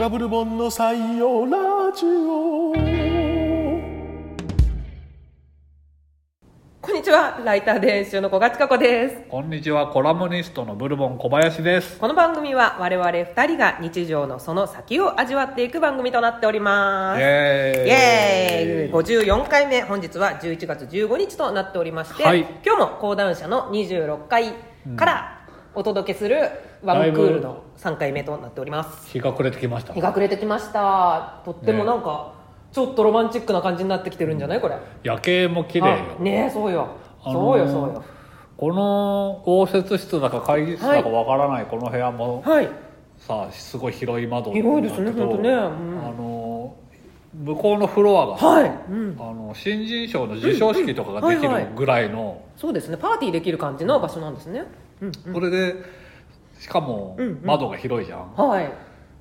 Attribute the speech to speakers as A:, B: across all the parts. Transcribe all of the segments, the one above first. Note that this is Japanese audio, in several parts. A: ダブルボンの採用ラジオ
B: こんにちは、ライターで編集の小賀千佳子です。
C: こんにちは、コラムニストのブルボン小林です。
B: この番組は我々二人が日常のその先を味わっていく番組となっておりま
C: イ
B: す。イ
C: エーイ
B: エーイ54回目本日は11月15日となっておりまして、
C: はい
B: 今日も講談社の26回からお届けするワンクールの3回目となっております
C: 日が暮れてきました。
B: 日
C: い
B: が暮れてきましたとってもなんか、ちょっとロマンチックな感じになってきてるんじゃないこれ
C: 夜景も綺麗よ。
B: ねえそうよ、
C: あのー
B: そうよそうよ
C: この応接室だか会議室だかわからないこの部屋も
B: はい
C: さ、すごい広い窓
B: 広いですね
C: なんだけど
B: ほんとねうん
C: あの、向こうのフロアが、
B: はい、うん
C: あの新人賞の授賞式とかができ
B: うんうんはい
C: る
B: はい
C: ぐらいの、
B: そうですねパーティーできる感じの場所なんですね、うん
C: それで、しかも
B: うんうん
C: 窓が広いじゃん。
B: はい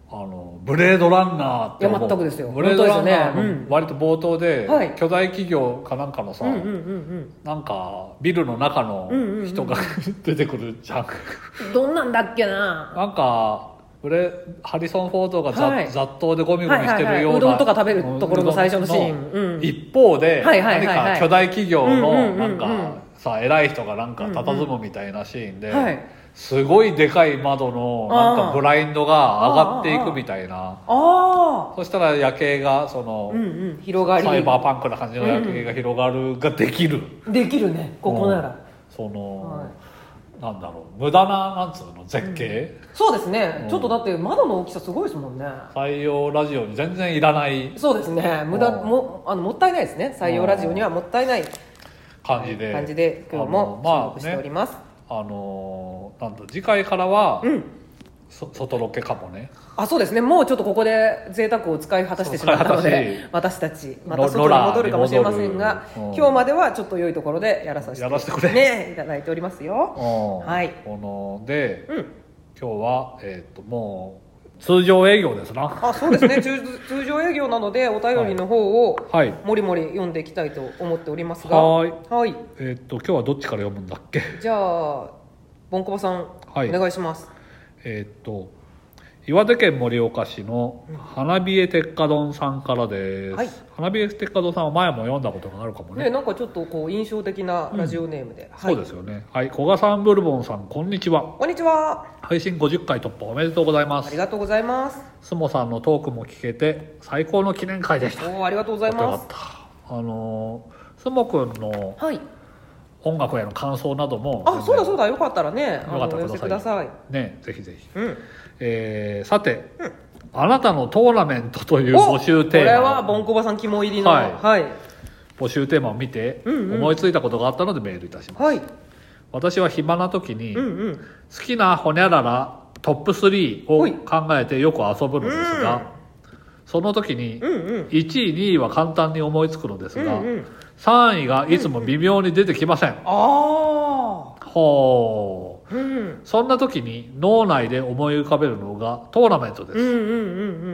C: あのブレードランナーって思う
B: いや全くですよ
C: ブレードランナ
B: 本当ですよねう
C: ー
B: ん
C: の割と冒頭で、
B: はい
C: 巨大企業かなんかのさ、
B: うんうんうん
C: なんかビルの中の
B: うんうんうん
C: 人が 出てくるじゃん
B: うんどんなんだっけな
C: なんかブレハリソン・フォードが雑,、
B: はい
C: 雑踏でゴミゴミし
B: はい
C: てるような、
B: はいはいうどんとか食べるところの最初のシーン
C: うん
B: うん
C: 一方で、
B: はいはいはいはい
C: 何か巨大企業
B: うんう
C: の
B: んうん
C: な
B: うんん
C: か、さ偉い人がなんか佇むみたいなシーンで、
B: はい
C: すごいでかい窓のなん
B: あー
C: かブラインドが上がっていくみたいな。
B: あ
C: そしたら夜景がそ
B: あ
C: の、
B: うんうん広がり
C: サイバーパンクな感じの夜景が広がるができる、
B: できるねここな
C: うん
B: ら、
C: その、
B: は
C: なんだろう無駄ななんつうの絶景、
B: そうですね、
C: うん
B: ちょっとだって窓の大きさすごいですもんね
C: 採用ラジオに全然いらない
B: そうですね無駄
C: うん
B: もあのもったいないですね採用ラジオにはもったいない
C: 感じで、
B: 感じで今日も注
C: あのまあ
B: 目
C: ね
B: しております、
C: あのーなんだ次回からは、
B: うん
C: そ外ロケかもね
B: あそうですねもうちょっとここで贅沢を使い果たしてしまったので私たちまた外に戻るかもしれませんが
C: ロロラーに戻るうん
B: 今日まではちょっと良いところでやらさせて
C: やらせてくれ
B: ねいただいておりますよは
C: はいこので
B: うん
C: 今日は、えー、ともう通常営業ですな
B: あそうですね通通常営業なのでお便りの方を
C: はい
B: もりもり読んでいきたいと思っておりますが
C: はー
B: はい
C: えっ、と今日はどっちから読むんだっけ
B: じゃあボンコバさんお
C: はい
B: 願いします
C: えーっと岩手県盛岡市の花冷え鉄火丼さんからです、
B: はい
C: 花冷え鉄火丼さんは前も読んだことがあるかもね
B: ねなんかちょっとこう印象的なラジオネームでは
C: そ
B: いう
C: ですよねはい古賀さんブルボンさんこんにちは
B: こんにちは
C: 配信50回突破おめでとうございま
B: あり
C: す
B: がとうございます
C: スモさんのトークも聞けて最高の記念会でしたよ
B: おーありがとうござい
C: か
B: ま
C: っ
B: す
C: たあのースモ君の
B: はい
C: 音楽への感想なども
B: あそうだそう
C: だ
B: だよかったらねあの
C: よかった
B: お
C: ら
B: 寄せください
C: ねぜひぜひ、
B: うん
C: えーさて、あなたのトーナメントという募集テ
B: おこ
C: ーマ
B: れはボンコバさん肝入りのは
C: はいい
B: はい、
C: 募集テーマを見て
B: うんうん
C: 思いついたことがあったのでメールいたします、私は暇な時に
B: うん
C: 好
B: うん
C: きなほにゃららトップ3を考えてよく遊ぶのです
B: うん
C: がその時に
B: うんうん
C: 1位2位は簡単に思いつくのです
B: う
C: が
B: んうん
C: 3位がいつも微妙に出てきません
B: あ
C: ほう
B: あうん
C: そんな時に脳内で思い浮かべるのがトーナメントで
B: うんう
C: す
B: んう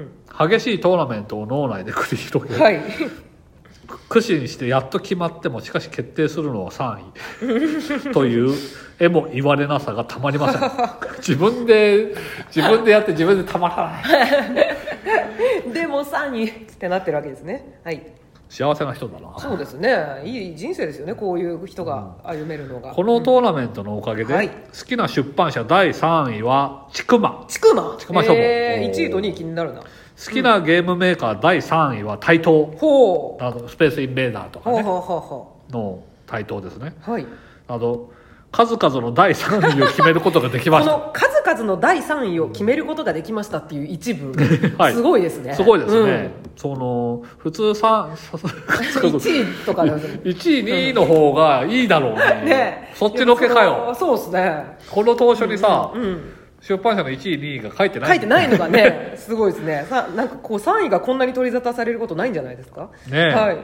B: ん
C: 激しいトーナメントを脳内で繰り広
B: う
C: げ
B: んはい
C: 苦心してやっと決まってもしかし決定するのは3位 という絵も言われなさがたまり ません自分で自分でやって自分でたまらない
B: でも3位ってなってるわけですねはい
C: 幸せな人だな
B: そうですねいい人生ですよねこういう人が歩めるのが
C: このトーナメントのおかげで、
B: はい
C: 好きな出版社第3位はちくま
B: ちくま
C: ちくま書房
B: えー、1位と2位気になるな
C: 好きなゲームメーカー第3位は台東
B: ほう
C: などスペースインベーダーとか
B: ほう
C: ね
B: ほうほうほ
C: の台東ですね
B: うはい
C: など数々の第3位を決めることができ ま
B: こ
C: した
B: の数々の第3位を決めることができましたっていう一部、
C: はい
B: すごいですね
C: すごいですね、その普通
B: う
C: 三
B: ん、1位とかだと
C: 1位2位の方がいいだろうね
B: ねえ
C: そっちのけかよ
B: そうですね
C: この当初にさ、
B: うん
C: 出版社の1位2位が書いてない
B: 書いてないのが ねすごいですねさなんかこう3位がこんなに取り沙汰されることないんじゃないですか
C: ねえ
B: はい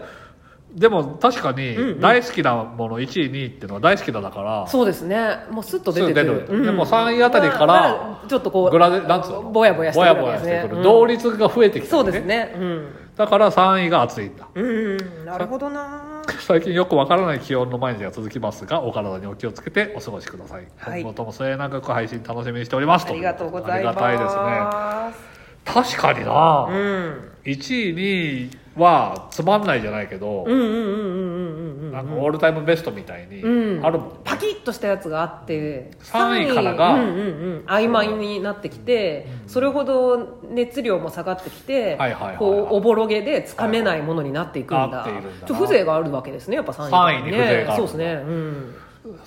C: でも確か
B: うんうん
C: に大好きなもの1位2位っていうのは大好きなだから、
B: そうですねもうスッと出てく
C: す
B: る
C: ぐ出てるでも3位あたりから
B: まあまあちょっとこう
C: グラデなんつうの
B: ぼやぼやして
C: ぼ
B: く
C: や
B: る
C: ぼ
B: わ
C: や
B: け
C: し
B: ですね
C: てくる、
B: うん
C: 同率が増えてきた
B: そ
C: の
B: うですねうん
C: だから3位が熱いんだ
B: うんなるほどな
C: 最近よくわからない気温の毎日が続きますがお体にお気をつけてお過ごしください、
B: はい
C: 今後とも末永く配信楽しみにしております
B: ありがとうございます
C: ありがたいですね確かにな、
B: うん
C: 1位2位はつまんないじゃないけど、
B: うんうんうんうんうんうん
C: なんかオールタイムベストみたいに
B: うん
C: あるもん、
B: パキッとしたやつがあって
C: 三位からが
B: うんうんうん、曖昧になってきて、それほど熱量も下がってきて、
C: はいはいはいはい
B: こうおぼろげでつかめないものになっていくんだ,、
C: なっているんだな
B: ちょ風情があるわけですねやっぱ3位
C: 三位に
B: ね
C: 風情がある
B: そうですね、うん、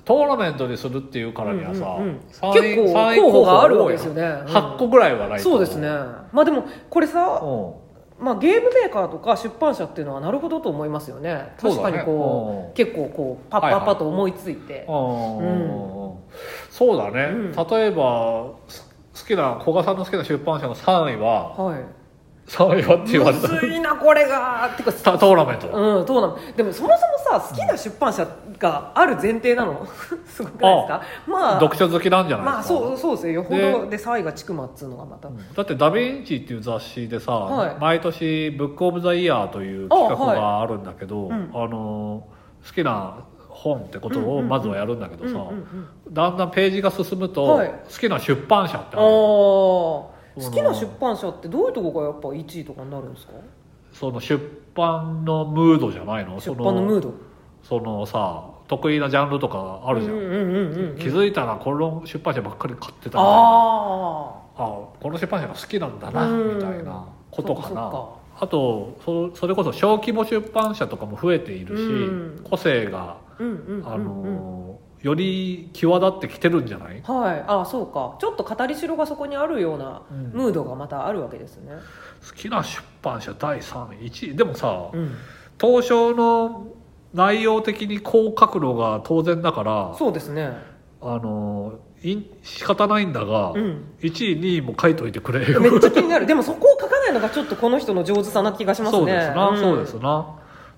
C: トーナメントにするっていうからにはさ、
B: うんうんうん
C: 三
B: 結構
C: 三
B: 候補がある
C: 多い
B: わけですよねうん
C: 8個ぐらいはないと
B: そうですねまあでもこれ
C: う
B: さ、
C: ん
B: まあ、ゲームメーカーとか出版社っていうのはなるほどと思いますよね
C: そう
B: 確か
C: だね
B: にこう
C: うん
B: 結構こうパッパッパッと思いついて、
C: うんそうだね、
B: うん
C: 例えばす好きな古賀さんの好きな出版社の3位は
B: はい
C: 3位はって 言われ
B: む
C: た
B: ずいなこれがってか
C: たトーナメントだ、
B: うん、そうなのでもそもそもさ好きな出版社がある前提なの すごくないですかまあ
C: 読書好きなんじゃないですか、
B: まあそうそうですよよほど
C: で
B: で3位がちくまっつうのがまた、
C: だって「ダ・ヴィンチ」っていう雑誌でさ、
B: はい
C: 毎年「ブック・オブ・ザ・イヤー」という企画
B: あはい
C: があるんだけどあ、
B: うん
C: の好きな本ってこと
B: うんうん
C: を
B: うん
C: まずはやるんだけど
B: う
C: さ、
B: んうんうん
C: だんだんページが進むと、
B: はい
C: 好きな出版社って
B: あー
C: ある
B: 好
C: その
B: きな出版社ってどういうとこがやっぱ1位とかになるんですか
C: その出版のムードじゃないの
B: 出版のムード
C: そのさ得意なジャンルとかあるじゃん、
B: うんうんうんうんうん
C: 気づいたらこの出版社ばっかり買ってたみたいなあ
B: あ
C: この出版社が好きなんだな
B: うん
C: みたいなことか
B: そっ
C: な
B: かそ
C: あとそそれこそ小規模出版社とかも増えているし、
B: うん
C: 個性が、
B: あうんうんうんうん
C: あのーより際立ってきてるんじゃない
B: はいあそうかちょっと語りしろがそこにあるような
C: うん
B: ムードがまたあるわけですね、
C: 好きな出版社第3位1位でもさ、
B: うん
C: 東証の内容的にこう書くのが当然だから
B: そうですね
C: あのーい仕方ないんだが、
B: うん
C: 1位2位も書いといてくれよ
B: めっちゃ気になるでもそこを書かないのがちょっとこの人の上手さな気がしますね
C: そうですな、
B: ん
C: そうですな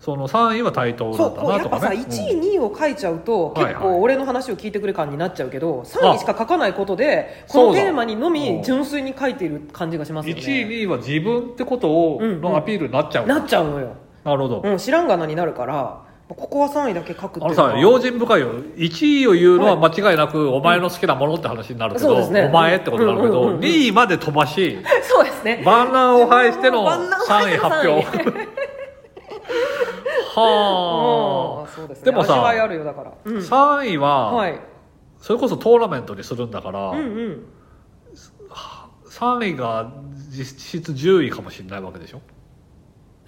C: その3位は対等
B: そ
C: だ
B: う
C: った
B: こう
C: な
B: や
C: と
B: っぱさ
C: かね
B: 1位2位を書いちゃうと
C: はいはい
B: 結構俺の話を聞いてくる感になっちゃうけど3位しか書かないことで
C: そ
B: こ
C: う
B: の
C: だ
B: テーマにの
C: うん
B: み純粋に書いている感じがしますよね
C: 1位2位は自分ってことを
B: うん
C: のアピールになっちゃう、
B: なっちゃうのよ、
C: なるほど、
B: うん、知らんがなになるからここは3位だけ書くってい
C: あ
B: う
C: の
B: のは
C: さ用心深いよ1位を言うのは間違いなくお前の好きなものって話になるけ
B: そう
C: ど、
B: ですね
C: お前ってことになるけど、
B: うんうんうんうん
C: 2位まで飛ばし
B: そうですね
C: 万難を排しての
B: 万難を排し
C: 3位
B: ての
C: 発表 は
B: うんそうですね
C: でもさ
B: 味わいあるよだから、うん
C: あ、3位は、
B: はい
C: それこそトーナメントにするんだから、
B: うんうん
C: 3位が実質10位かもしれないわけでしょ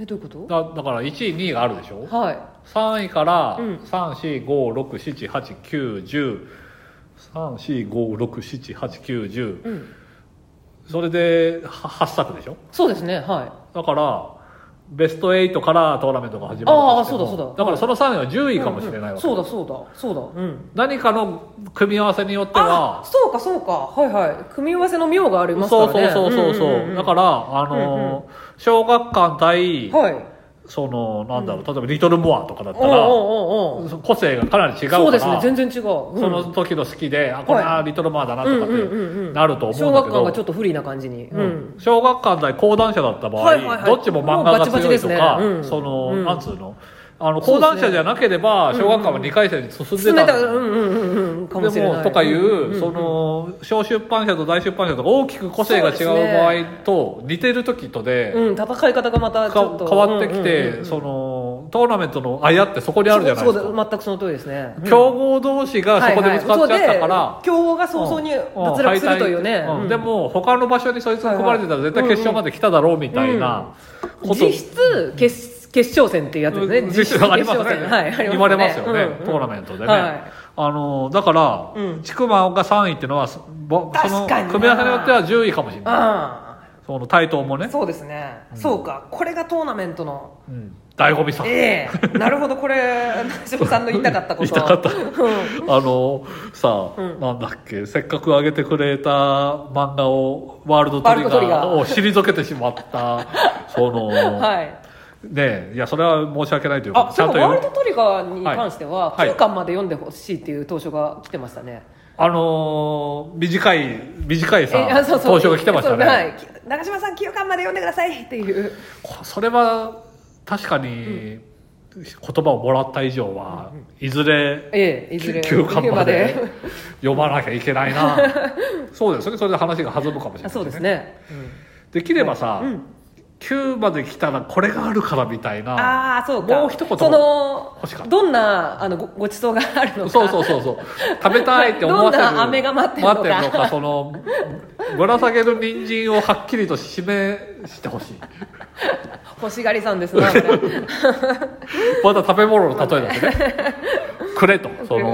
B: えどういうこ
C: だだから1位2位があるでしょ
B: とはい
C: 3位から
B: うん
C: 34567891034567890
B: うん
C: それでは8作でしょ
B: そうですねはい
C: だからベスト8からトーナメントが始まる
B: ああ
C: としても
B: そうだそうだ
C: だからその3位は10位かもしれないわけ、
B: うんうんそうだそうだそうだうん
C: 何かの組み合わせによって
B: あ
C: は
B: そうかそうかはいはい組み合わせの妙がありますか
C: そう
B: ら
C: そう
B: ね
C: そうそうそう,、
B: んんん
C: だからあのー小学館対、
B: はい
C: そのなんだろう例えば「リトルモア」とかだった
B: おう
C: ら、
B: おうおうおう
C: そ個性がかなり違うから
B: そうですね全然違う、うん
C: その時の好きで、あ、これはリトルマーだなとかっ
B: うんうんうんう
C: て
B: ん
C: なると思う
B: 小
C: んだ
B: 学
C: け
B: 館が
C: ど
B: ちょ、っと不利な感じに、う
C: うんん小学館対講談社だった場合、
B: はいはいはい
C: どっちも漫画
B: もうバ
C: が
B: チバチ
C: 強いとか、
B: ですねうん
C: その、
B: うん
C: なんつうの、あの、講談社じゃなければ、小学館は2回戦に進んで
B: 進め
C: た
B: た
C: の
B: うんうんうんうんかもし
C: で
B: れな
C: も
B: い
C: とかいう、
B: んん
C: その小出版社と大出版社とか大きく個性が違
B: そうで
C: う場合と似てる時とで、
B: うん戦い方がまたちょっ
C: か
B: と
C: 変わってき
B: う
C: て、
B: んうんうん
C: そのトーナメントのあやってそこにあるじゃないです
B: そう
C: か
B: だ全くその通りですね
C: 強豪同士がそこでぶつかっちゃ
B: は
C: ったから、
B: いはいそうで競合が早々に脱落するというね、
C: ん
B: うん
C: でも他の場所にそいつが組まれてたら絶対決勝まで来ただろうみたいなこと、
B: 実質決決勝戦っていうやつですね
C: 実質ありますね、
B: はいありますね
C: 言われますよね、
B: うん
C: トーナメントでね、
B: はい
C: あのだから、
B: うん
C: ちくまが3位っていうのはそぼその
B: 確かにな
C: 組み合わせによっては10位かもしれない
B: あ
C: その対等も
B: あ
C: ね、
B: そうですね、そうかこれがトーナメントの
C: うん、醍醐味さ、
B: ええなるほどこ れ成尾さんの言いたかったこと
C: 言いたかった
B: うん
C: あのさ、
B: うん
C: なんだっけせっかく上げてくれた漫画をワールドト
B: ワ
C: リ
B: ールドトリ
C: ガ
B: ガー
C: ーを退けてしまった その、
B: はい
C: ねえいやそれは申し訳ないというか
B: あ
C: ち
B: そ
C: ゃん
B: う
C: と
B: か
C: 言
B: ワー
C: う
B: ルドトリガーに関しては、
C: はいはい
B: 9巻まで読んでほしいっていう投書が来てましたね、
C: あのー短い短いさ
B: えあそうそう
C: 投書が来てました
B: そ
C: ね
B: うはいき長嶋さん9巻まで読んでくださいっていう
C: こそれは確かに、言葉をもらった以上は、いずれ
B: ええいず れ
C: 9巻まで 読まなきゃいけないなそうですねそれで話が弾むかもしれない、
B: あそうですね、うん
C: できればさ、
B: うん
C: 9まで来たらこれがあるからみたいな
B: ああそうか
C: もう一言
B: その
C: 欲しかった
B: どんなあのごごちそうがあるのか
C: そうそうそうそう食べたいって思わせる
B: どんな飴が待ってるのか
C: 待ってるのかそのぶら下げる人参をはっきりと示してほしい
B: 欲しがりさんですなみたいな
C: また食べ物の例えだとねくれと その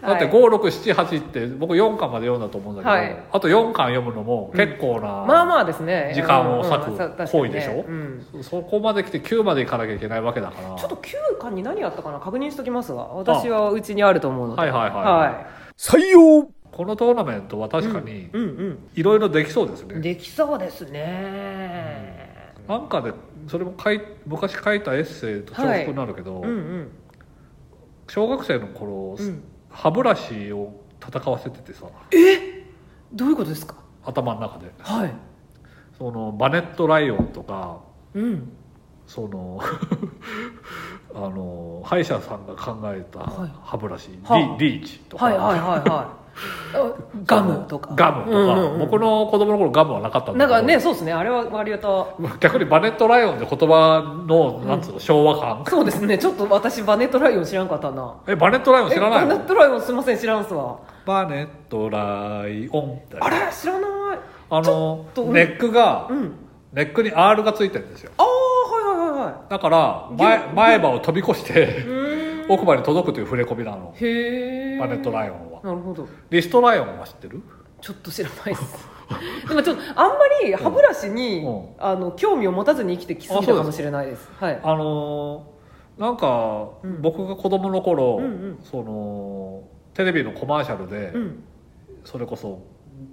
C: だって5678って僕4巻まで読んだと思うんだけど、
B: はい
C: あと4巻読むのも結構な、
B: まあまあですね
C: 時間を割
B: うんうんうん確
C: く
B: か
C: 行
B: に
C: 為
B: ね
C: でしょ、
B: うん
C: そこまで来て9まで行かなきゃいけないわけだから
B: ちょっと9巻に何やったかな確認しときますわ私はうちにあると思うので
C: は
B: はい
C: はいはい
A: 採用
C: このトーナメントは確かに
B: うん
C: いろいろできそうです
B: うん
C: ね、
B: できそうですね
C: なんかでそれも書い昔書いたエッセイと重複になるけど、
B: うんうん
C: 小学生の頃、
B: うん
C: 歯ブラシを戦わせててさ
B: どういうことですか
C: 頭の中で
B: はい
C: そのバネットライオンとか
B: うん
C: その あの歯医者さんが考えた
B: はい
C: 歯ブラシ、
B: はあ
C: リリーチとか、
B: はいはい はいはいあガムとか
C: ガムとか、
B: うんうんうん
C: 僕の子供の頃ガムはなかったん
B: な
C: だ
B: んか
C: けど
B: ねそうですねあれは割と
C: 逆にバネットライオンって言葉のなんつうの昭和感、
B: そうですねちょっと私バネットライオン知らんかったな
C: えバネットライオン知らない
B: えバネ
C: の
B: ットライオンすいません知らんすわ
C: バネットライオンって
B: あれ知らない
C: あの
B: とうん
C: ネックが、
B: うん
C: ネックに R がついてるんですよ
B: ああはいはいはいはい
C: だから前前歯を飛び越して
B: う
C: 奥歯に届くという触れ込みなの
B: へえ
C: バネットライ
B: オ
C: オンは
B: なるほど
C: リストライオンは知ってる
B: ちょっと知らないです でもちょっとあんまり歯ブラシに、
C: うん
B: あの興味を持たずに生きてきすぎ
C: あそ
B: た
C: うです
B: かもしれないですはい
C: あのーなんか、
B: うん
C: 僕が子供の頃、
B: うんうん
C: そのテレビのコマーシャルで、
B: うん
C: それこそ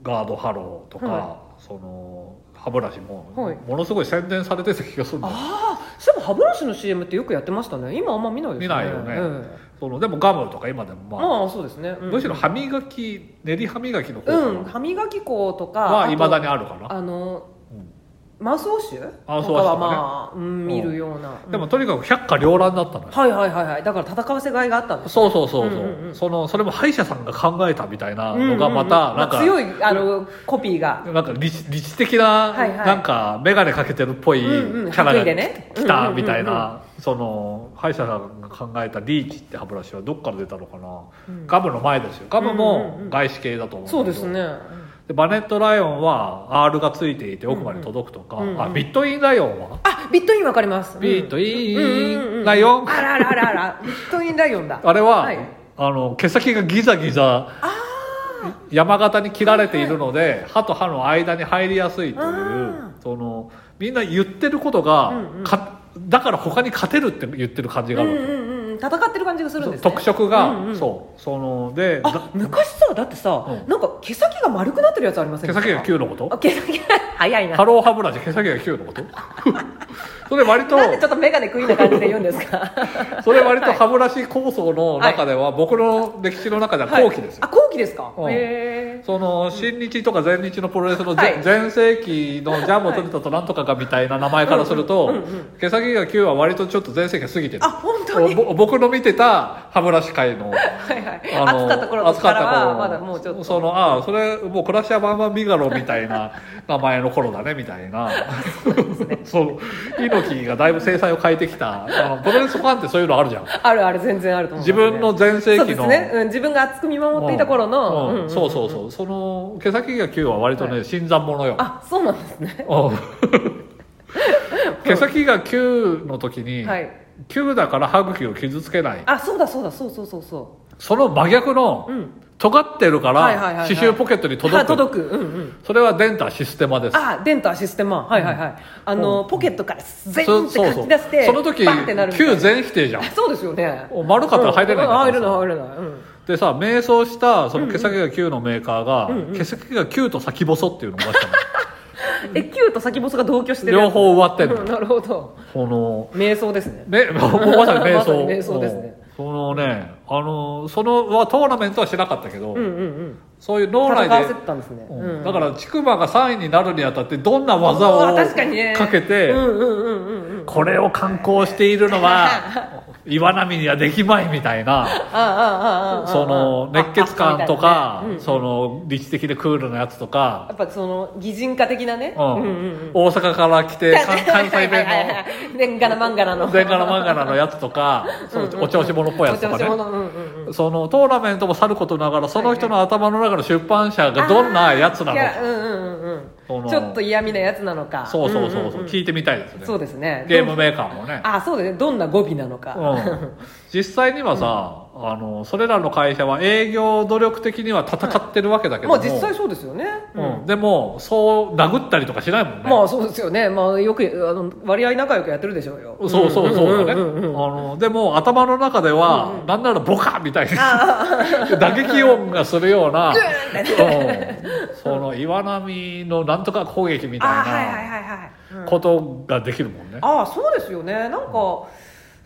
C: ガードハローとか、
B: は
C: その歯ブラシも、
B: はい
C: ものすごい宣伝されてた気がするんだよ
B: ああそういえば歯ブラシの CM ってよくやってましたね今あんま見ないですね
C: 見ないよね
B: うん
C: そのでもガムとか今でもまあ、
B: ああそうですね、うん
C: むしろ歯磨き練り歯磨きの方
B: うん歯磨き粉とか
C: は
B: あ
C: い
B: と
C: まだにあるかな、
B: あの、
C: うん
B: マウスウォッシュ
C: あ
B: とかはまあ、うん、見るような、
C: でも
B: うん
C: とにかく百花繚乱だったのよ、
B: はいはいはいはいだから戦わせがいがあったんです
C: そうそうそうそう,、
B: うんうんうん
C: そのそれも歯医者さんが考えたみたいな
B: うんうんう
C: の
B: ん
C: がまたなんか、
B: まあ強いあのコピーが
C: なんか理知理知的な、
B: はいはい
C: なんか眼鏡かけてるっぽいキ
B: うんうん
C: ャ
B: 白衣
C: ラが
B: で
C: き
B: ね
C: 来た
B: うんうんうんうん
C: みたいなその歯医者さんが考えたリーチって歯ブラシはどっから出たのかな、
B: うん
C: ガムの前ですよガム
B: うん
C: も
B: うんうん
C: 外資系だと思
B: そううん
C: だ
B: で
C: けど
B: すね
C: でバネットライオンは R がついていて奥まで届くとか、
B: うんうん
C: あビットインライオンは、
B: あビットインわかります
C: ビット
B: うんうんうんう
C: イン
B: ん
C: ライオン、
B: あらあらあらあらビットインライオンだ
C: あれは、
B: はい
C: あの毛先がギザギザ山形に切られているので、歯と歯の間に入りやすいとい
B: あ
C: う
B: ー
C: そのみんな言ってることが、
B: うんうん
C: かだから他に勝てるって言ってる感じ
B: う
C: があ
B: ん
C: る
B: う
C: わけ、
B: んうん戦ってる感じがするんです、ね、
C: 特色が、
B: うんうん
C: そうそので
B: あ
C: だ
B: 昔さだってさ、
C: うん
B: なんか毛先が丸くなってるやつありませんで
C: 毛
B: した
C: 先が9のこと
B: あ毛先が 早いな
C: ハロー歯ブラシ毛先が9のこと それ割と
B: なんでちょっとメガネ食いな感じで言うんです か
C: それ割と歯ブラシ構想の中では、僕の歴史の中では後期ですよ、
B: あ後期ですか、
C: うん
B: へえ
C: その新日とか前日のプロレスのぜ
B: はい
C: 全盛期のジャンを取れたとなんとかがみたいな名前からすると毛先が9は割とちょっと全盛期が過ぎてる
B: あ本当に
C: おぼ僕の見てた歯ブラシ界の
B: はいはい
C: あの
B: 暑かった頃とから
C: 暑かった
B: は
C: 頃
B: まだもうちょっと
C: そのああそれもうクラシアバンバンビガロみたい な名前の頃だねみたいな そう猪木がだいぶ制裁を変えてきたあのプロレスファンってそういうのあるじゃん
B: あるある全然あると思う、
C: 自分の全盛
B: そう
C: 期
B: で
C: の
B: すね、うん、自分が熱く見守っていた頃の、
C: うん
B: んんん
C: そうそうそうその毛先が9は割とね、新参者よ
B: あそうなんですね
C: うん 毛先が9の時に、
B: はい
C: 9だから歯茎を傷つけない
B: あそうだそうだそうそうそうそ
C: その真逆の、
B: ううん
C: 尖ってるか
B: はいはいはい
C: ら
B: はい
C: 刺繍ポケットに届
B: あ
C: く
B: 届くうんうん
C: それはデンタシステマです
B: あデンタシステマはいはいはい、あの、ポケットから全員
C: そ
B: って書き出して
C: その時
B: バンってなるみたい
C: 9
B: な
C: 全否定じゃん
B: あ そうですよね
C: お丸かったら入れないんだから
B: 入
C: さ
B: れない入れない、うん、
C: でさ迷走したその毛先が9のメーカーが、
B: うんうん
C: 毛先が9と先細っていうのが出したの
B: え9と先ボスが同居してるやつ
C: 両方終わってんの
B: うんなるほど
C: この
B: 瞑想ですね
C: め まさに瞑
B: まさ
C: 想
B: に瞑想ですね
C: うんそのねあのそのはトーナメントはしなかったけど、
B: うんうん
C: そういう
B: うん
C: 脳内
B: 戦わせ
C: で
B: てたんですね、
C: うん
B: うん
C: だから千曲が3位になるにあたってどんな技
B: うわ
C: を
B: 確かにね
C: かけて
B: うんうんうんうんうん
C: これを観光しているのは岩波にはできまいみたいな
B: ああああああ
C: その熱血感とか、
B: あああみたいなねうん
C: その理知的でクールなやつとか、
B: やっぱその擬人化的なね、
C: うん
B: うんうん
C: 大阪から来て関関西
B: はいはいは
C: 弁
B: いはい年がら漫画なの
C: の前から漫画なのやつとかそうお調子者っぽいやつと
B: お調子
C: かね
B: 者うんうんうん
C: そのトーナメントもさることながらその人の頭の中の出版社がどんなやつないの
B: や
C: か
B: うんうんうん
C: そ
B: うん
C: の
B: ちょっと嫌味なやつなのか
C: そうそうそうそ
B: ん
C: うん
B: ん
C: 聞いてみたいですね
B: そうですね
C: ゲームメーカーもね
B: あそうですねどんな語尾なのか、
C: うん、実際にはさ、あのそれらの会社は営業努力的には戦ってるわけだけど
B: ま
C: も、
B: あ実際そうですよね、
C: うんでもそう殴ったりとかしないもんね、
B: まあそうですよね、まあ、よくあの割合仲良くやってるでしょうよ
C: そうそうそうだね、
B: んんんうん
C: あのでも頭の中では、なんならボカみたいな 打撃音がするような、うん、その岩波のなんとか攻撃み
B: あーはい
C: た
B: はい
C: い
B: はいはい、うん
C: なことができるもんね
B: ああそうですよねなんか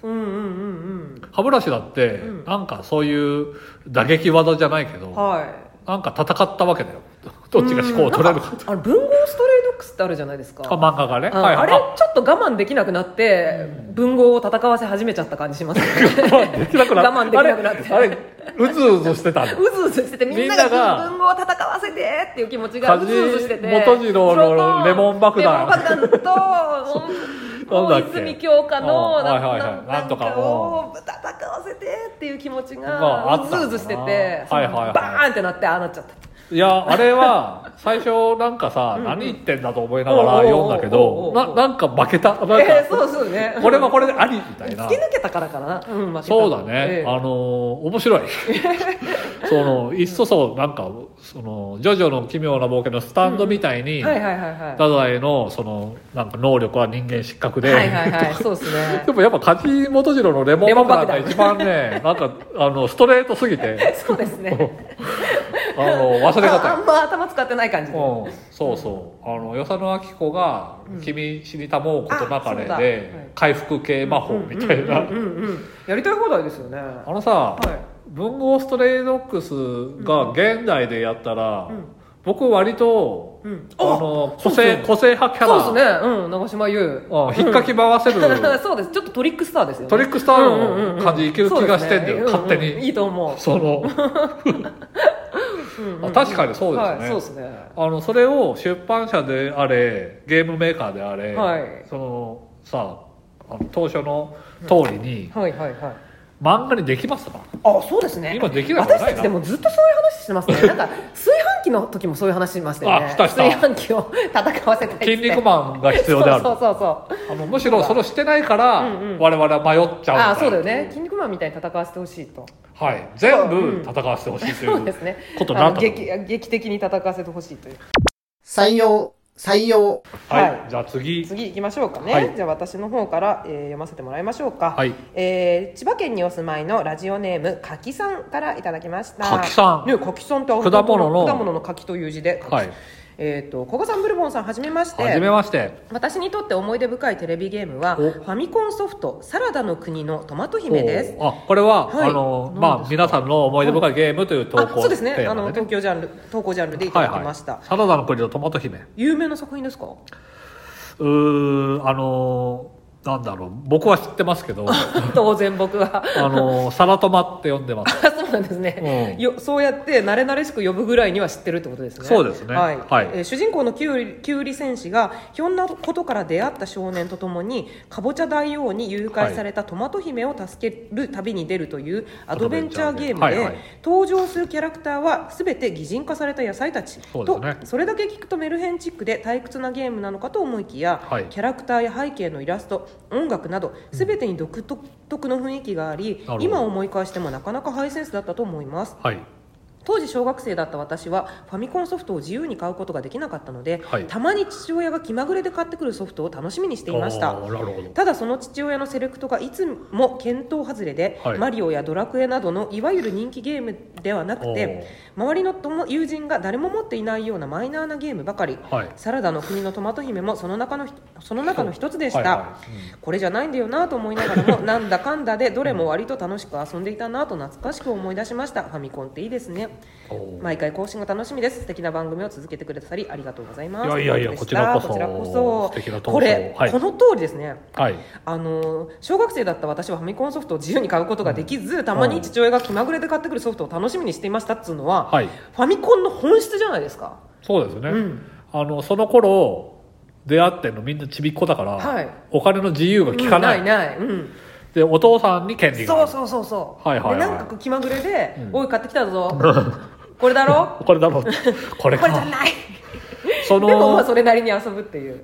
B: うんうんうん
C: 歯ブラシだって、
B: うん
C: なんかそういう打撃技じゃないけど、
B: うんはい
C: なんか戦ったわけだよ。 どっちが思考を取れるか。
B: あの文豪ストレイドックスってあるじゃないですか
C: あ、漫画がね。
B: ああれちょっと我慢できなくなって文豪を戦わせ始めちゃった感じします ね
C: 我慢できなくなって。
B: 我慢できなくなって
C: あれ、あれうずうずしてたの。
B: うずうずしててみんな
C: みん
B: が
C: なが
B: 文豪を戦わせてっていう気持ちがうずうずしてて
C: 梶本次郎のレモン爆弾
B: そうレモン爆弾と
C: なんだ
B: 大
C: っけ
B: 泉京香の
C: うんはいはいはいなんとか
B: を戦わせてっていう気持ち
C: があ
B: が
C: っ
B: う
C: た
B: ずうずしてて
C: はいはいはい
B: バーンってなってああなっちゃった
C: いや、あれは、最初なんかさ、何言ってんだと思いながら読んだけ
B: おうおうお
C: ど、
B: うおう
C: ななんか負けた。なんか、
B: えー そうそうね
C: これはこれでありみたいな
B: 突き。抜けたからかな、うん、負けた
C: そうだね、
B: ええ
C: あのー 面白いそのいっそそうなんかその「ジョジョの奇妙な冒険」のスタンドみたいに、
B: はいはいはいはい
C: 太宰のそのなんか能力は人間失格で、
B: はいはいはいそうです ね
C: でもやっぱ梶本次郎のレモン爆弾が
B: レモン
C: 一番ね、なんか、あの、ストレートすぎて、
B: そうですね
C: あの、忘れ
B: ああ
C: 方。
B: んま頭使ってない感じで、
C: うん、そうそう。あの、与謝野明子が、君死にたもうことなかれ
B: あそうだは
C: で
B: い、
C: 回復系魔法みたいな。
B: うんうん、やりたい放題ですよね
C: あ
B: は
C: のさ、
B: い
C: 文豪ストレイドックスが現代でやったら
B: ん、
C: 僕割と
B: うん、
C: あの、個
B: そう
C: 性、個性派キャ
B: そうで
C: ラ、
B: すねうん長島優
C: うん引っかき回 せる、
B: そうですちょっとトリックスターですよね
C: トリックスターの感じいける気がしてんだよ、勝手
B: うんうん
C: に
B: い。いと思
C: そのあ確かにそううですね、
B: はいそうですね
C: あのそれを出版社であれゲームメーカーであれ、
B: はい
C: そのさあの当初の通りに、
B: はいはいはい
C: 漫画にできますか
B: あそうですね
C: 今できなくないな
B: 私たちでもずっとそういう話してますね なんか炊飯器の時もそういう話しましたよね
C: あしたした
B: 炊飯器を 戦わせたいっつって
C: 筋肉マンが必要である
B: そうそうそうそう
C: あのむしろそれをしてないから、
B: うんうん
C: 我々は
B: あ
C: 迷っちゃうみたいな
B: そうだよね筋肉マンみたいに戦わせてほしいと
C: はい、全部戦わせてほしいという
B: そうですね
C: ことにな
B: あ
C: っ
B: の
C: たと
B: 劇劇的に戦わせてほしいという
D: 採用、採用。
C: はい、
B: は
C: じゃあ次
B: 次行きましょうかね、
C: はい
B: じゃあ私の方から、えー読ませてもらいましょうか、
C: はい
B: えー千葉県にお住まいのラジオネーム柿さんからいただきました
C: 柿さん
B: ね柿さんって
C: 果物の
B: 果物の柿という字で柿
C: はい
B: えっ、と古賀さんブルボンさんはじめまして
C: はじめまして
B: 私にとって思い出深いテレビゲームは
C: お
B: ファミコンソフト「サラダの国のトマト姫」です
C: おあこれは、
B: はい
C: あの
B: 何
C: ま
B: で
C: あ
B: す
C: 皆さんの思い出深いゲームという投稿
B: あそうですね
C: テー
B: あ
C: マ
B: の
C: でね
B: 東京ジャンル投稿ジャンルでいた
C: はい
B: だきました、
C: はい、サラダの国のトマト姫
B: 有名な作品ですか
C: うーあのーなんだろう僕は知ってます けどあ
B: 当然僕は
C: のーサラトマって呼んでます
B: あそうなんですね、
C: うん
B: よそうやって慣れ慣れしく呼ぶぐらいには知ってるってことですね
C: そうですね
B: はい
C: はい
B: えー主人公のキュウリキュウリ戦士がひょんなことから出会った少年とともにかぼちゃ大王に誘拐されたトマト姫を助ける旅に出るというアドベンチャーゲームで、
C: はいはい
B: 登場するキャラクターは全て擬人化された野菜たち
C: そうです
B: と
C: ね
B: それだけ聞くとメルヘンチックで退屈なゲームなのかと思いきや、
C: はい
B: キャラクターや背景のイラスト音楽など全てに独特の雰囲気があり、
C: ほど
B: 今思い返してもなかなかハイセンスだったと思います
C: はい
B: 当時小学生だった私はファミコンソフトを自由に買うことができなかったので、
C: はい
B: たまに父親が気まぐれで買ってくるソフトを楽しみにしていました
C: おーなるほど
B: ただその父親のセレクトがいつも見当外れで、
C: はい
B: マリオやドラクエなどのいわゆる人気ゲームではなくて周りの友友人が誰も持っていないようなマイナーなゲームばかり、
C: はい
B: サラダの国のトマト姫もその中のひその中の一つでした、
C: はいはい
B: これじゃないんだよなと思いながら もなんだかんだでどれも割と楽しく遊んでいたなと懐かしく思い出しましたファミコンっていいですねん
C: おー
B: 毎回更新が楽しみです素敵な番組を続けてくださりありがとうございます
C: いやいやいや
B: とうことでした
C: こちらこそ
B: こちらこ
C: 素敵な
B: そ
C: 投稿
B: これ、
C: はい
B: この通りですね
C: はい
B: あのー小学生だった私はファミコンソフトを自由に買うことができず、たまに父親が気まぐれで買ってくるソフトを楽しみにしていましたっつうのは、
C: はい
B: ファミコンの本質じゃないですか
C: そうですね、
B: ん
C: あのその頃出会ってんのみんなちびっ子だから、
B: はい
C: お金の自由が利かない,、
B: うんないない、うん、
C: でお父さんに権利があ
B: そう
C: る
B: そうそうそう、
C: はいはいはい
B: でなんかこう気まぐれで「
C: うん
B: おい買ってきた ぞこれだろ
C: こ れだろうこれ
B: これじゃ
C: か
B: ない」
C: そ
B: でもまあ
C: の
B: それなりに遊ぶっていう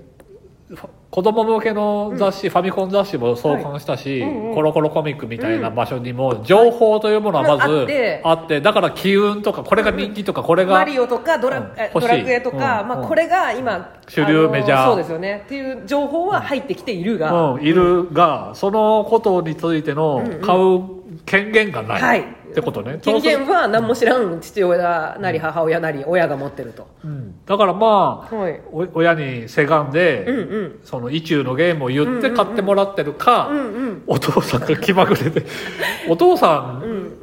C: 子供向けの雑誌、ファミコン雑誌も創刊したし、
B: はいうんうん
C: コロコロコミックみたいな場所にも情報というものはまず
B: はい
C: あ
B: あ
C: っ
B: ってて,、
C: だから機運とかこれが人気とかこれが、
B: マリオとかドラ,
C: うん
B: え、
C: 欲し
B: ド
C: い
B: ラクエとか、
C: うん
B: ま
C: うん
B: あ、これが今
C: 主流
B: あの
C: メジャー
B: そうですよねっていう情報は入ってきているが、
C: うん、いるが、そのことについての買う権限がない、
B: はい
C: ってことね。
B: 権
C: そう
B: 限は何も知らん父親なり母親なり親が持ってると、
C: する、うん、だからまあ、
B: はい
C: お親にせがんで、
B: うんうん
C: その意中のゲームを言って買ってもらってるか、
B: うんうん
C: お父さんが気まぐ れでお父さん、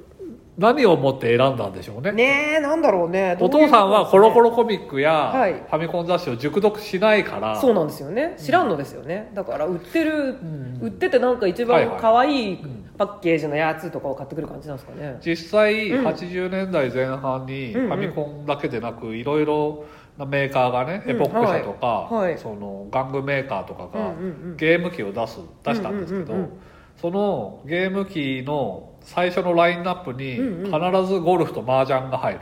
C: 何を持って選んだんでしょうね
B: ねえなんだろうね
C: お父さんはコロコ
B: ロ
C: ロコミックや
B: はい
C: ファミコン雑誌を熟読しないから、
B: そうなんですよね知らんのですよねだから売ってる、
C: ん
B: 売っててなんか一
C: はいは
B: 番
C: い
B: 可愛いパッケージのやつとかを買ってくる感じなんですかね、
C: 実際、
B: うん
C: 80年代前半に
B: う
C: フ
B: んうん
C: ァミコンだけでなくいろいろなメーカーがね、
B: うん
C: エポック社とか、
B: はいはい
C: その玩具メーカーとかが、
B: うんうんうん
C: ゲーム機を出す出したんですけど、
B: うんうんうんうん
C: そのゲーム機の最初のラインナップに
B: うん
C: 必ずゴルフと麻雀が入る。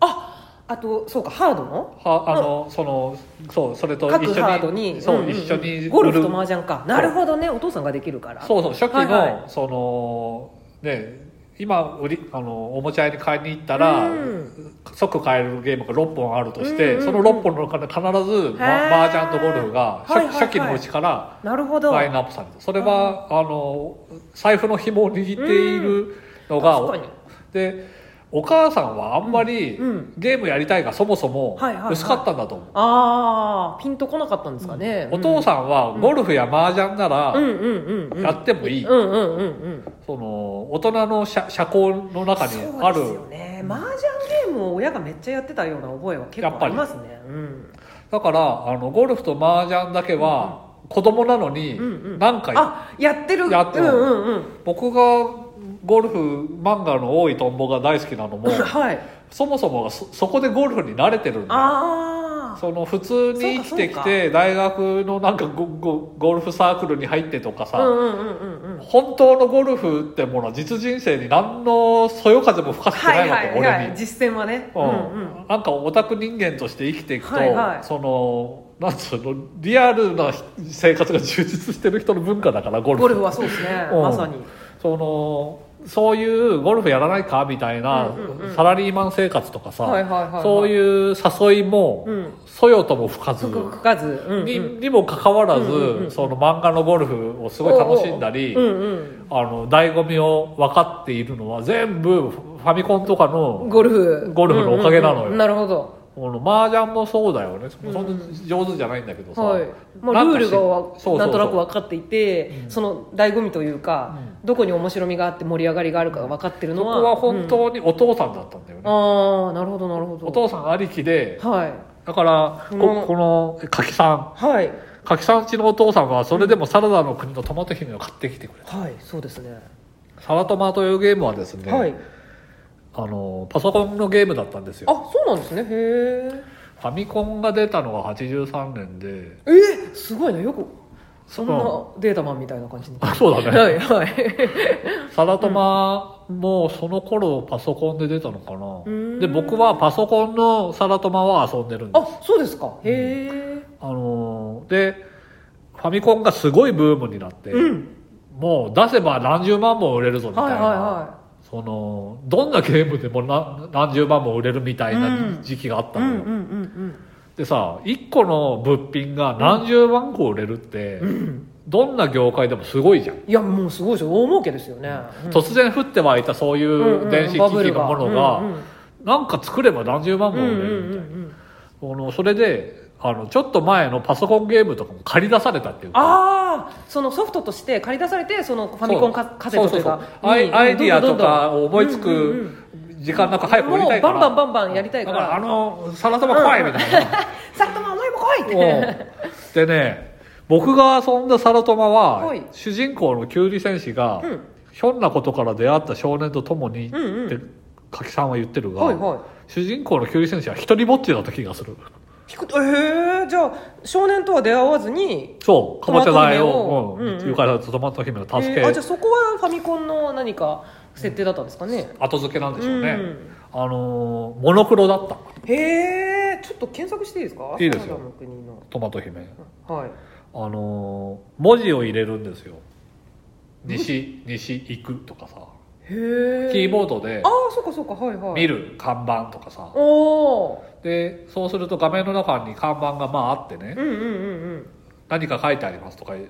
B: ああとそうかハードの
C: はあの、そのそうそれと
B: 各
C: 一緒に
B: ハードに
C: そう、
B: んんん
C: 一緒に
B: ゴルフ
C: 売
B: と
C: る
B: 麻雀かなるほどねお父さんができるから
C: そうそう初期の、
B: はいは
C: そのね今売りあのおもちゃ屋に買いに行ったら、
B: うん
C: 即買えるゲームが6本あるとして、
B: うんうんうん
C: その6本の中で必ず、
B: へ
C: ま、
B: ー
C: 麻雀とゴルフが初,、
B: はいはいはい
C: 期のうちから
B: なるほど
C: ラインナップされたそれはあの財布の紐を握っているのが、
B: 確かに
C: でお母さんはあんまり、
B: うんうん
C: ゲームやりたいがそもそも
B: はいはいはい
C: 薄かったんだと思う、
B: ああピンとこなかったんですかね、
C: お父さんはゴルフや麻雀な
B: う
C: ら
B: んうんうんうん
C: やってもいい、
B: うんうんうんうん
C: その大人の社社交の中にある
B: そうですよね麻雀ゲームを親がめっちゃやってたような覚えは結
C: やっ
B: 構
C: ぱ
B: あ
C: り
B: りますねうん
C: だからあのゴルフと麻雀だけは子供なのに
B: うんうん
C: 何回、
B: あやってる
C: やって
B: う
C: る
B: んうんうん
C: 僕がゴルフ漫画の「多いトンボ」が大好きな のも
B: はい
C: そもそもがそそこでゴルフに慣れてるんだ
B: ああ
C: その普通に生きて
B: そ
C: き
B: うかそ
C: て大学のなんかゴゴゴルフサークルに入ってとかさ、
B: うんうんうんうんうん
C: 本当のゴルフってものは実人生に何のそよ風も吹かせて
B: は
C: ない
B: い
C: わ
B: は
C: け、
B: いは
C: 俺
B: い
C: に。
B: 実践はねう
C: うんん
B: うん
C: なんかオタク人間として生きていくと、
B: はいはい
C: そのなんつうのリアルな生活が充実してる人の文化だからゴルフ
B: ゴルフはそうですね
C: うん
B: まさに
C: そのそういうゴルフやらないかみたいな、
B: うんうんうん
C: サラリーマン生活とかさ、
B: はいはいはいはい
C: そういう誘いも、
B: うん
C: そよとも吹かず
B: 服かかずうんうん
C: に,、にもかかわらず、その漫画のゴルフをすごい楽しんだり。
B: うんうん
C: あの醍醐味を分かっているのは全部ファミコンとかの
B: ゴルフ
C: ゴルフのおかげなのよ
B: うんうんうんなるほど
C: この麻雀もそうだよね、そんな上手じゃないんだけどさ、
B: はいま
C: な
B: あ、
C: ん
B: ル
C: か
B: ー
C: し
B: ル
C: そうそうそう
B: がなんとなく分かっていてその醍醐味というか、どこに面白みがあって盛り上がりがあるかが分かってる
C: そ
B: のは
C: こは本当にお父さんだったんだよね、
B: ああなるほどなるほど
C: お父さんありきで
B: はい
C: だから
B: う
C: こ
B: ん
C: この柿さん
B: はい
C: 柿さんちのお父さんはそれでもサラダの国のトマト姫を買ってきてくれた、
B: はいそうですね
C: サラトマというゲームはですね、
B: はい
C: あのパソコンのゲームだったんですよ
B: あそうなんですねへ
C: ファミコンが出たのが83年で
B: ええすごいなよくそん
C: う
B: なデータマンみたいな感じに
C: あそう だね、
B: はいはい
C: サラトマもその頃パソコンで出たのか
B: う
C: な、
B: ん
C: で僕はパソコンのサラトマは遊んでるんです
B: あそうですかへえ
C: あのーでファミコンがすごいブームになって、
B: うん
C: もう出せば何十万も売れるぞみたい
B: はい
C: な、
B: はいは
C: そのどんなゲームでもな何十万も売れるみたいな
B: うん
C: 時期があっ
B: い
C: た
B: うん
C: の
B: うん
C: よ、
B: うん
C: でさ1個の物品が何十万個売れるって、どんな業界でもすごいじゃん、
B: いやもうすごいですよ大儲けですよね、うん
C: 突然降って湧いたそうい
B: うんう
C: うん電子機器
B: バブル
C: のもの
B: うんうん
C: がなんか作れば何十万も
B: うんうん
C: 売れるみたいな、
B: うんうん
C: このそれであのちょっと前のパソコンゲームとかも借り出されたっていうか
B: ああそのソフトとして借り出されてそのファミコンカカセットというか
C: そうそうそうアイアイディアとかを思いつ
B: うんうんう
C: く
B: ん
C: 時間なんか早く降りたいから
B: もうバンバンバンバンやりたいから
C: だからあのサラダバ来いみたいな
B: さらとまお前も来いって
C: うんでね僕が遊んだサラトマは、
B: はい
C: 主人公のキュウリ戦士が、
B: うん
C: ひょんなことから出会った少年と共にって、
B: うんうん
C: 柿さんは言ってるが、
B: はいは
C: 主人公のキュウリ戦士は一人ぼっちだった気がする
B: い聞くとえー、じゃあ少年とは出会わずに
C: そうかぼちゃ大を
B: トマト姫を
C: うん
B: うんうん
C: 誘拐されたトマト姫の助け、
B: えーあじゃあそこはファミコンの何か設定だったんですかね、
C: 後付けなんでしょうね、
B: うん
C: あのーモノクロだった
B: へえちょっと検索していいですか
C: いいですよ
B: カナダの国の
C: トマト姫
B: はい
C: あのー文字を入れるんですよ西西行くとかさ
B: へえ
C: キーボ
B: ー
C: ードで
B: ああそうかそうかはいはい
C: 見る看板とかさ
B: おお
C: でそうすると画面の中に看板がまああってね、
B: うんうんうんうん
C: 何か書いてありますとかい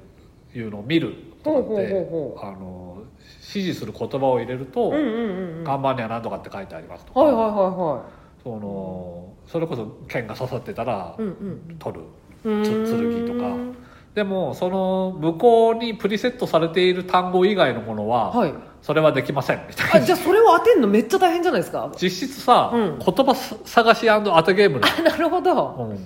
C: うのを見るとかって
B: ほうほうほうほ
C: あの指示する言葉を入れると、
B: うんうんうんうんはい
C: 看板には何とかって書いてありますとか、
B: はいはいは
C: そのそれこそ剣が刺さってたら
B: いうん
C: 取る、
B: うん
C: つ剣とかでもその向こうにプリセットされている単語以外のものは、
B: はい
C: それはできませんみたいな
B: あじゃあそれを当てんのめっちゃ大変じゃないですか
C: 実質さ、
B: うん
C: 言葉さ探し当てゲームなの
B: なるほど
C: うん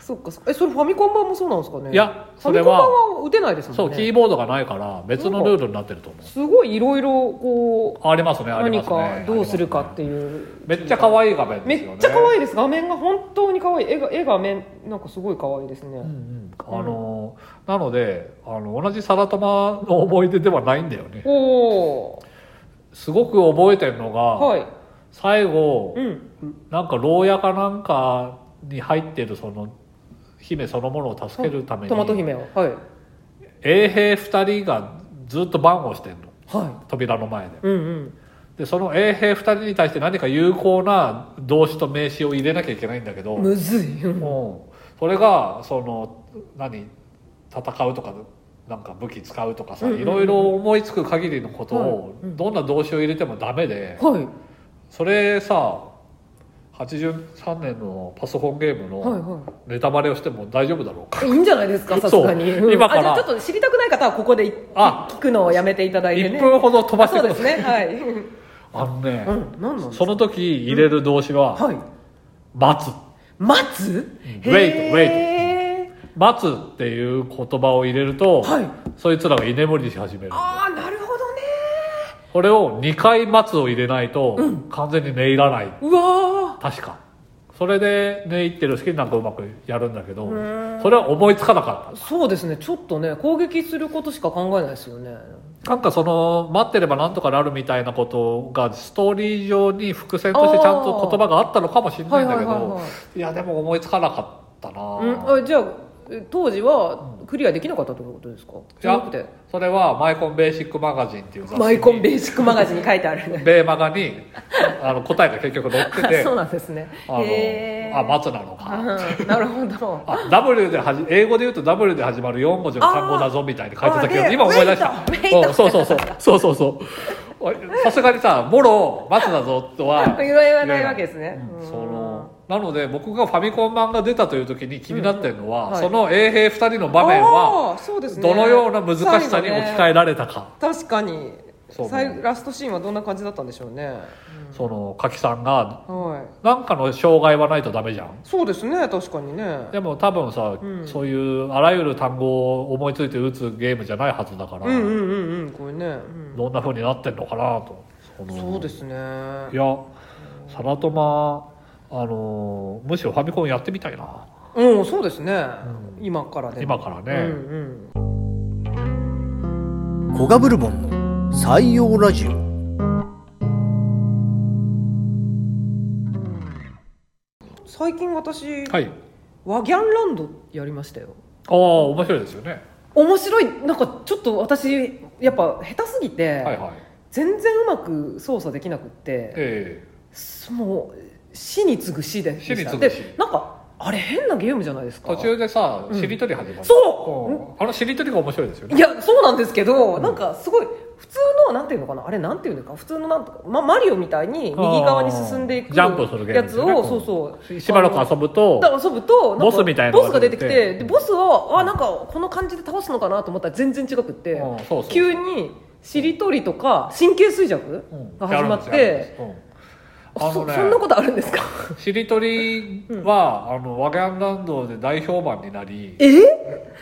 B: そっかそっかえそれファミコン版もそうなんですかね
C: いや
B: ファ
C: そ
B: ミ
C: れ
B: コン版
C: は
B: は打てないです
C: そ
B: もん
C: う
B: ね
C: キーボードがないから別のルールになってると思う
B: すごいいろいろこう
C: ありますねあり
B: 何
C: ますね
B: かどうするかって
C: う
B: いう
C: めっちゃ可愛い画面ですよね
B: めっちゃ可愛
C: い、
B: いです画面が本当に可愛い絵が絵がめなんかすごい可愛いですね、
C: うんうん、あのーなのであの同じサラトマの思い出ではないんだよね
B: おお
C: すごく覚えてるのが、
B: はい
C: 最後
B: うん
C: なんか牢屋かなんかに入ってるその姫そのものを助けるために
B: トマト姫をはい
C: 衛兵二人がずっと番をしてるの
B: は
C: 扉の前で
B: いうんうん
C: でその衛兵二人に対して何か有効な動詞と名詞を入れなきゃいけないんだけど
B: むずいうん
C: もうそれがその何戦うとかなんか武器使うとかさ、
B: うんうんうん
C: いろいろ思いつく限りのことを、
B: はいうん
C: どんな動詞を入れてもダメで、
B: はい
C: それさ83年のパソコンゲーム
B: はい
C: の
B: は
C: ネタバレをしても大丈夫だろうか、
B: いいいんじゃないですかさすがに、
C: そう
B: うん
C: 今から
B: あじゃあちょっと知りたくない方はここでい
C: あ
B: 聞くのをやめていただいてね
C: 1分ほど飛ばして
B: そう
C: く
B: で
C: だ
B: す
C: さい
B: ねはいうん
C: あのね、
B: 何なん です
C: その時入れる動詞は「
B: はい
C: 待つ」
B: 待つ
C: Wait,
B: へー
C: 「待つ」っていう言葉を入れると、
B: はい
C: そいつらが居眠りし始めるんだよ
B: ああなるほどね
C: これを2回待つを入れないと、完全に寝入らないう
B: わ
C: 確かそれで寝入ってる隙になんかうまくやるんだけど
B: ーん
C: それは思いつかなかっ
B: ーそうですねちょっとね攻撃することしか考えないですよね
C: たなんかその待ってればなんとかなるみたいなことがストーリー上に伏線としてちゃんと言葉があったのかもしれないんだけ
B: あーはいはいはい
C: ど
B: はい
C: やでも思いつかなかったな
B: うんあじゃあえ当時はクリアできなかったということですか
C: い
B: じゃな
C: や
B: くて
C: それはマイコンベーシックマガジンっていう雑誌に
B: マイコンベーシックマガジンに書いてある
C: ベーマガにあの答えが結局載って
B: あ
C: て
B: そうなんですね
C: あ
B: へ
C: のあ待つなのか
B: うんなるほど
C: あ W ではじ英語で言うと W で始まる4文字の単語だぞみたいに書いてたけ
B: あー
C: ど今思い出した
B: ウェイトウェイト
C: うんそうそうそうそうそうそうおいさすがにさ「もろ待つだぞ」とは
B: 言わないわけですね
C: うん
B: うん
C: そのなので僕がファミコン版が出たという時に気になってるの
B: う
C: は、
B: んはい
C: その衛兵2人の場面は
B: あーそうですね
C: どのような難しさに置き換えられたか、
B: 確かに
C: そう
B: 最ラストシーンはどんな感じだったんでしょうね、
C: その柿さんが
B: はい
C: なんかの障害はないとダメじゃん
B: そうですね確かにね
C: でも多分さ、
B: うん
C: そういうあらゆる単語を思いついて打つゲームじゃないはずだから、
B: うんうんうんうんこれね、うん
C: どんな風になってんのかなとその
B: そうですね
C: いやサラトマあのむしろファミコンやってみたいな
B: うんそうですね、今からでも
C: 今から
B: う
C: ね、
B: ん
D: コガブルボンの採用ラジオ
B: うん、最近私、
C: はい
B: ワギャンランドやりましたよ
C: ああ面白いですよね
B: 面白いなんかちょっと私やっぱ下手すぎて、
C: はいはい
B: 全然うまく操作できなくって、
C: え
B: もう死に次ぐ死でした
C: 死に次ぐ死
B: でなんかあれ変なゲームじゃないです
C: え
B: か
C: 途中でさ
B: ん
C: しりとり始まる、
B: そう
C: うんあのしりとりが面白いですよね
B: いやそうなんですけど、なんかすごい普通のなんていうのかなあれなんていうのか普通のなんとか、ま、マリオみたいに右側に進んでい
C: あー
B: く
C: ジャンプするゲーム
B: や
C: で
B: つ
C: すよね
B: を、
C: こ
B: そううそう
C: しばらく遊ぶと
B: だから遊ぶとなんか
C: ボスみたいなの
B: ボス
C: が
B: が
C: 出
B: 出
C: て
B: て
C: き
B: き
C: て
B: てでボスはあなんかこの感じで倒すのかなと思ったら全然違くって
C: うんそうそう
B: 急にしりとりとか神経衰弱
C: うん
B: が始まっ
C: やるんです
B: て
C: ようんあ
B: そ
C: のね
B: そんなことあるんですか
C: しりとりは、あの、ワガンランドで大評判になり、
B: え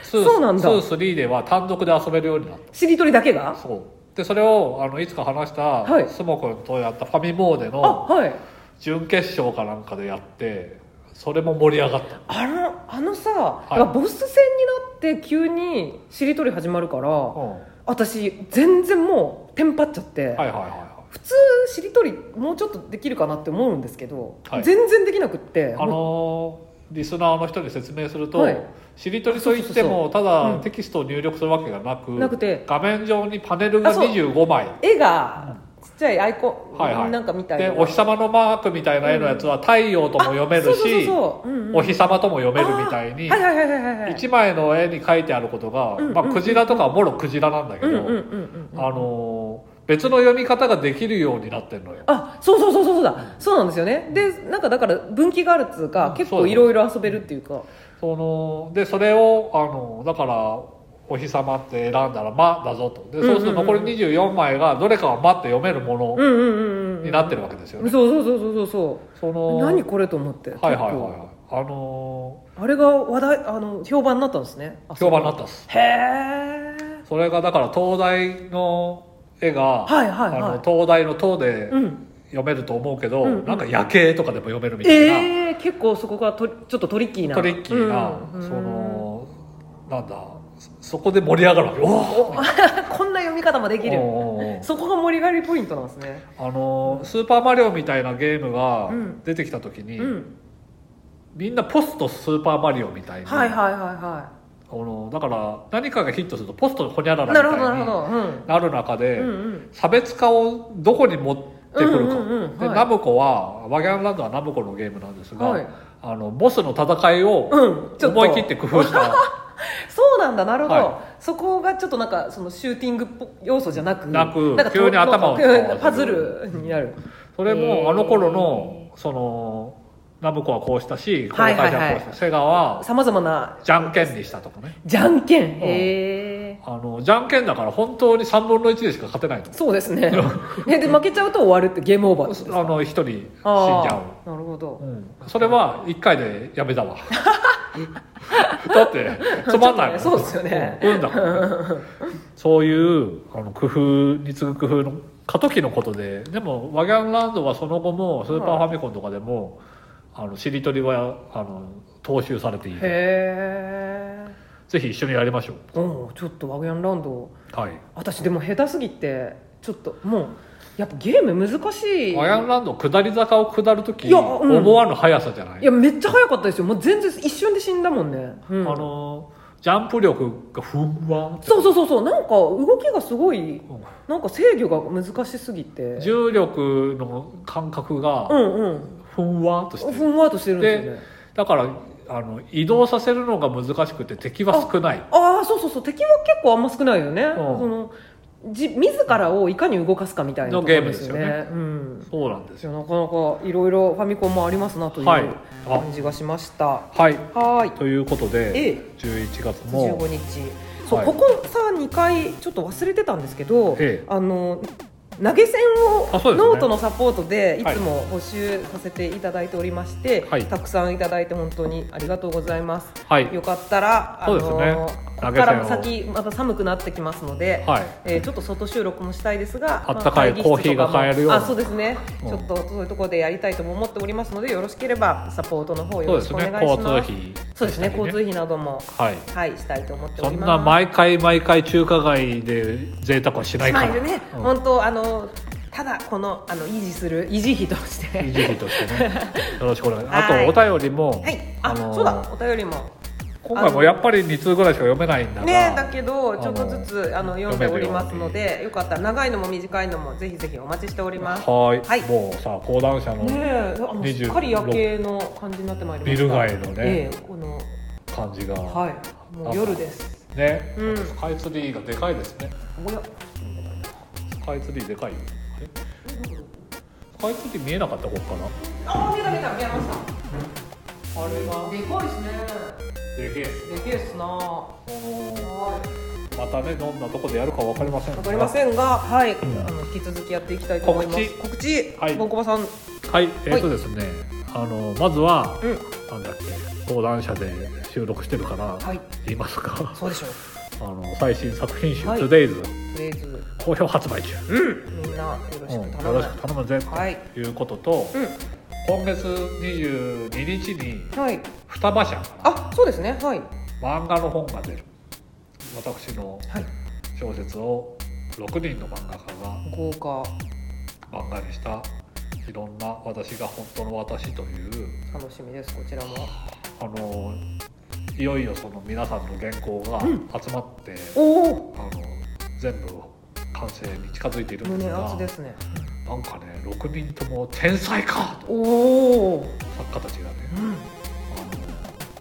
C: 2
B: そうなんだ
C: 2、3では単独で遊べるようになっ
B: しりとりだけが
C: た。そう。で、それを、あの、いつか話した
B: はい、
C: スモ君とやったファミモーデ
B: あ
C: の
B: はい
C: 準決勝かなんかでやって、それも盛り上がった。
B: あのあのさ、
C: い
B: なんかボス戦になって急にしりとり始まるから、
C: うん。はい
B: 私全然もうテンパっちゃって、
C: はいはいは
B: 普通しりとりもうちょっとできるかなって思うんですけど、
C: はい
B: 全然できなくって
C: い。あのーリスナーの人に説明すると、
B: はい
C: しりとりといってもた
B: う
C: だ
B: ん
C: テキストを入力するわけがなく,、
B: なくて
C: 画面上にパネルが
B: あそう
C: 25枚
B: 絵がちっちゃいアイコン、
C: はいはい、
B: なんかみたい
C: で
B: な
C: お日様のマークみたいな絵のやつは太陽とも読める
B: あそうそうそう
C: し
B: そううんうん
C: お日様とも読めるみたいに
B: あーはいはいはいはいはい
C: 1枚の絵に書いてあることが、
B: うんうん
C: まあ、クジラとかはもろクジラなんだけ
B: うん
C: ど、
B: うんうんうん
C: あのー別の読み方ができるようになってるのよ。
B: あそうそうそうそうそうだそうなんですよねでなんかだから分岐があるっつうか、
C: うん
B: 結
C: そう
B: 構
C: だね
B: いろいろ遊べるっていうか
C: そのでそれをあのだからお日様って選んだら「ま」だぞとでそう
B: う
C: すると
B: んうん
C: 残
B: う
C: り24枚がどれかは「ま」って読めるも
B: うんうんうん
C: の
B: うん
C: になってるわけですよ
B: そう
C: ね。
B: そうそうそうそうそ
C: そうの
B: 何これと思ってはい
C: はいはいはいはいあの
B: あれが話題あの評判になったんですね
C: ー評判になったっす。
B: へえ
C: それがだから東大の絵
B: は
C: が、
B: いはいはい
C: あの東大の「東」で
B: うん
C: 読めると思うけど、
B: うんうん
C: なんか夜景とかでも読めるみたいな、
B: えー、結構そこがとちょっとトリッキーな
C: トリッキーな、
B: うん
C: そのなんだそそこで盛り上がるわけおお
B: こんな読み方もできる
C: おー
B: そこが盛り上がりポイントなんですね
C: あのースーパーマリオみたいなゲームが
B: うん
C: 出てきた時に、
B: うん
C: みんなポストスーパーマリオみたいに、
B: はいはいはいは
C: あのーだから何かがヒットするとポストほにゃら
B: い
C: ら
B: なるほ
C: み
B: どな
C: た
B: る
C: いに
B: ほどうん
C: なる中で、
B: うんうん
C: 差別化をどこに持ってくるか、
B: うんうんうん
C: で
B: はい
C: ナムコはワギャンランドはナムコのゲームなんですが、
B: はい
C: あのボスの戦いを
B: うんちょっと
C: 思い切って工夫した、
B: そうなんだなるほど、
C: は
B: そこがちょっとなんかそのシューティングっぽ要素じゃなく
C: なく
B: んかと
C: 急に頭を使わせ る
B: パズルになる
C: それ
B: へー
C: もあの頃のそのナムコはこうしたしこの
B: はい
C: 会社
B: は
C: はい
B: はい
C: こうした、セガは
B: さまざまな
C: じゃんけんにしたとかね
B: じゃんけんへえ
C: あのじゃんけんだから本当に3分の1でしか勝てないの
B: そうですね ねで負けちゃうと終わるってゲームオーバーってことです
C: あの1人死んじ
B: あ
C: ゃ
B: ーなるほど
C: う、うん、それは1回でやめた わだってつまんないもん
B: ちょっとねそうですよね
C: うん、うんだからそういうあの工夫に次ぐ工夫の過渡期のことででもワギャンランドはその後もスーパーファミコンとかでも、あのしりとりはあの踏襲されている
B: へえ
C: ぜひ一緒にやりましょ
B: うんちょっとワグヤンランド
C: うはい
B: 私でも下手すぎてちょっともうやっぱゲーム難しい
C: ワギャンランド下り坂を下るとき
B: いやうん
C: 思わぬ速さじゃない
B: いやめっちゃ早かったですよもう全然一瞬で死んだもんね、うん
C: あのジャンプ力がふんわって
B: そうそうそうそうなんか動きがすごい
C: うん
B: なんか制御が難しすぎて
C: 重力の感覚
B: う
C: が
B: んうん
C: ふんわっとして
B: ふ
C: る
B: んわっとしてるんですよね
C: だからあの移動させるのが難しくて敵は少ない
B: ああそうそうそう敵は結構あんま少ないよね、
C: ん
B: そのじ自らをいかに動かすかみたいな
C: の
B: とこ
C: ゲ
B: ろ
C: ーム
B: で
C: ですす
B: よ
C: よ
B: ね
C: ね
B: うん
C: そうなんです
B: い
C: よ
B: やなかなかいろいろファミコンもありますなという
C: はいあ
B: 感じがしましたは
C: はい
B: ーい
C: ということ
B: え
C: で
B: え
C: 11月も
B: 15日そう、
C: はい
B: ここさ2回ちょっと忘れてたんですけど、
C: ええ
B: あの投げ銭を
C: あそうですね
B: ノートのサポートでい
C: はい
B: つも募集させていただいておりまして、
C: はい
B: たくさんいただいて本当にありがとうございます、
C: はい
B: よかったらあ
C: そ
B: の
C: うですね
B: ここからも
C: 投げ
B: 先また寒くなってきますので、
C: はい
B: えーちょっと外収録もしたいですが
C: あったかい
B: ま会議室と
C: コーヒーが
B: かも
C: 買えるような
B: あそうですね、
C: うん
B: ちょっとそういうところでやりたいとも思っておりますのでよろしければサポートの方よ
C: そう
B: ろ
C: で
B: し
C: す
B: くお願
C: ね
B: いします
C: 交通費
B: そうですね交通
C: 費
B: 費なども
C: はい
B: はい、したいと思ってお
C: そ
B: り
C: ん
B: ます。
C: な毎回毎回中華街で贅沢はしないから
B: まあね、
C: うん
B: 本当あのただこのあの維持する維持費として。
C: 維持費として ねよろしくお願い
B: はい
C: あとお便りも、
B: はい、あ、
C: のー
B: そうだ、お便りも。
C: 今回もやっぱり2通ぐらいしか読めないんだが
B: ね、だけど、
C: あの
B: ちょっとずつ、あの、読んでおりますので、よかったら、長いのも短いのも、ぜひぜひお待ちしております。
C: はーい
B: はい
C: もうさ講談社の
B: ねえ、あの、し
C: 26
B: っかり夜景の感じになってまいりました。
C: ビル街のね
B: ええこの、
C: 感じが、
B: はい、もう夜です。
C: ね、
B: うん
C: スカイツリーがでかいですね
B: おや、
C: スカイツリーでかいよあれスカイツリー見えなかったここから
B: あ、見た見た、見えました。あれが。でかいしね。
C: でけえ
B: でけえっすな。は
C: おー
B: い。
C: またねどんなとこでやるかわかりません
B: わかりませんが、はい、あの引き続きやっていきたいと思います。
C: 告
B: 告知、
C: はい
B: ボンコバさん、
C: はい、えっ、とですね、あのまずは、
B: うん
C: なんだっけ、登壇者で収録してるから、
B: はい
C: 言いますか、
B: そうでしょう
C: あの最新作品集、
B: はい
C: Today's
B: とりあえず
C: 好評発売中、
B: うんみんなよろし
C: うん
B: く
C: よ
B: 頼む
C: ろしく頼むぜ、
B: はい
C: ということと、今月22日に
B: うんはい
C: 双葉社
B: あそうですねはい
C: 漫画の本が出る私の
B: はい
C: 小説を6人の漫画家が
B: 豪華
C: 漫画にしたいろんな私が本当の私という
B: 楽しみですこちらも
C: あのいよいよその皆さんの原稿が集まって、
B: おお
C: あの全部完成に近づいているん
B: 胸
C: ですが
B: 熱ですね
C: なんかね6人とも天才かと
B: おお
C: 作家たちがね、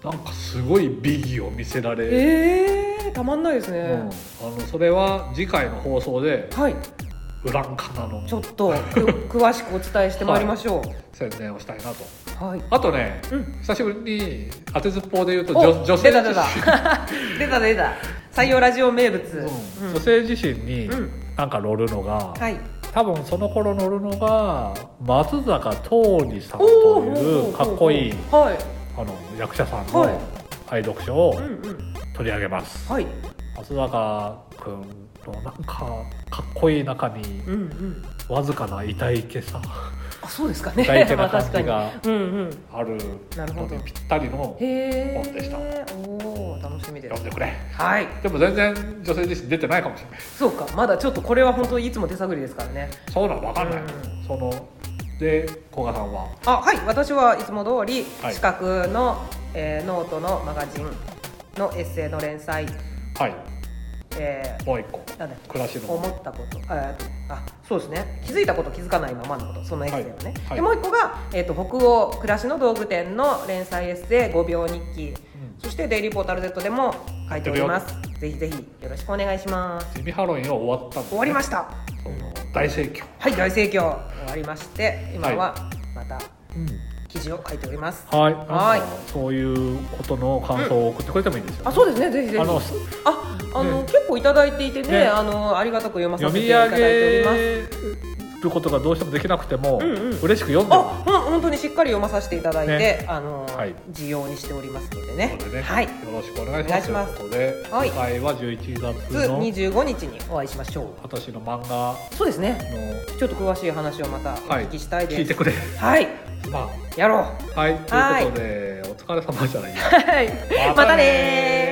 C: あのなんかすごい美儀を見せられ、
B: ええー、たまんないです
C: うん
B: ね、
C: あのそれは次回の放送で
B: はい
C: ウランカナの
B: ちょっとく詳しくお伝えしてまいりましょ
C: 宣伝をしたいなと
B: うはい、
C: あとね、
B: うん
C: 久しぶりに当てずっぽうで言うと
B: お
C: 女女
B: 出
C: 性
B: た出た出た出た採用ラジオ名物、
C: 自身うん
B: うん
C: 女性自身に
B: うん
C: なんか乗るのが、
B: はい
C: 多分その頃乗るのが松坂桃李さんと
B: お
C: いう
B: ー
C: かっこいい
B: はい
C: あの役者さん
B: はい
C: の愛読書を
B: うんうん
C: 取り上げます、
B: はい
C: 松坂君のなんかかっこいい中に
B: うんうん
C: わずかな痛いけさ
B: あそうですかね
C: 痛いけ
B: まあ
C: な感
B: 確か
C: じ
B: に
C: が
B: うんうん
C: ある
B: なるほ
C: の
B: ど
C: にぴったりの
B: へえ
C: 本でした
B: おお楽しみで
C: 読ん
B: す
C: でくれ
B: はい
C: でも全然女性自身出てないかもしれない
B: そうかまだちょっとこれは本当にいつも手探りですからね
C: そうなの分かんない、
B: う
C: そので古賀さんは
B: あはい私はいつも通り
C: はい
B: 四角の、えーノートのマガジンのエッセイの連載、
C: はい
B: え
C: もう一個
B: ー、なんだっけ
C: 暮らしの
B: 思ったことああそうですね気づいたこと気づかないままのことそのエッセイをね、
C: はいはい
B: でもう一個が、えー、と北欧暮らしの道具店の連載エッセイ5秒日記そしてデイリーポータル Z でも書いておりますぜひぜひよろしくお願いします
C: 地味ハロウィンは終わったんですね
B: 終わりました
C: その大盛況、
B: はい大盛況終わりまして今はまた記事を書いております、
C: はい
B: はい
C: なんかそういうことの感想を送ってくれてもいいんですよ、
B: あそうですねぜひぜひ
C: あの
B: あ、あの、
C: ね
B: 結構いただいていてね、
C: ね
B: あの、ありがたく読まさ
C: 読
B: せて
C: み
B: いただ
C: 上
B: いております。
C: げることがどうしてもできなくても、
B: うんうん
C: 嬉しく読んで
B: あ
C: ま、
B: うん、本当にしっかり読まさせていただいて、
C: ね
B: あの、
C: はい
B: 事業にしておりますのですね。
C: のでね、
B: はい
C: よ。ろしくお願いします
B: お願いします
C: ということで、
B: はい
C: 今回は11月の
B: 二十五日にお会いしましょう。
C: 私の漫画
B: そうですね。
C: の
B: ちょっと詳しい話をまたお聞きしたい
C: 聞
B: で
C: い
B: す。
C: てく れ
B: はい、
C: ま
B: やろう。
C: あはいということで、お疲れ様じゃない
B: はい、またねー。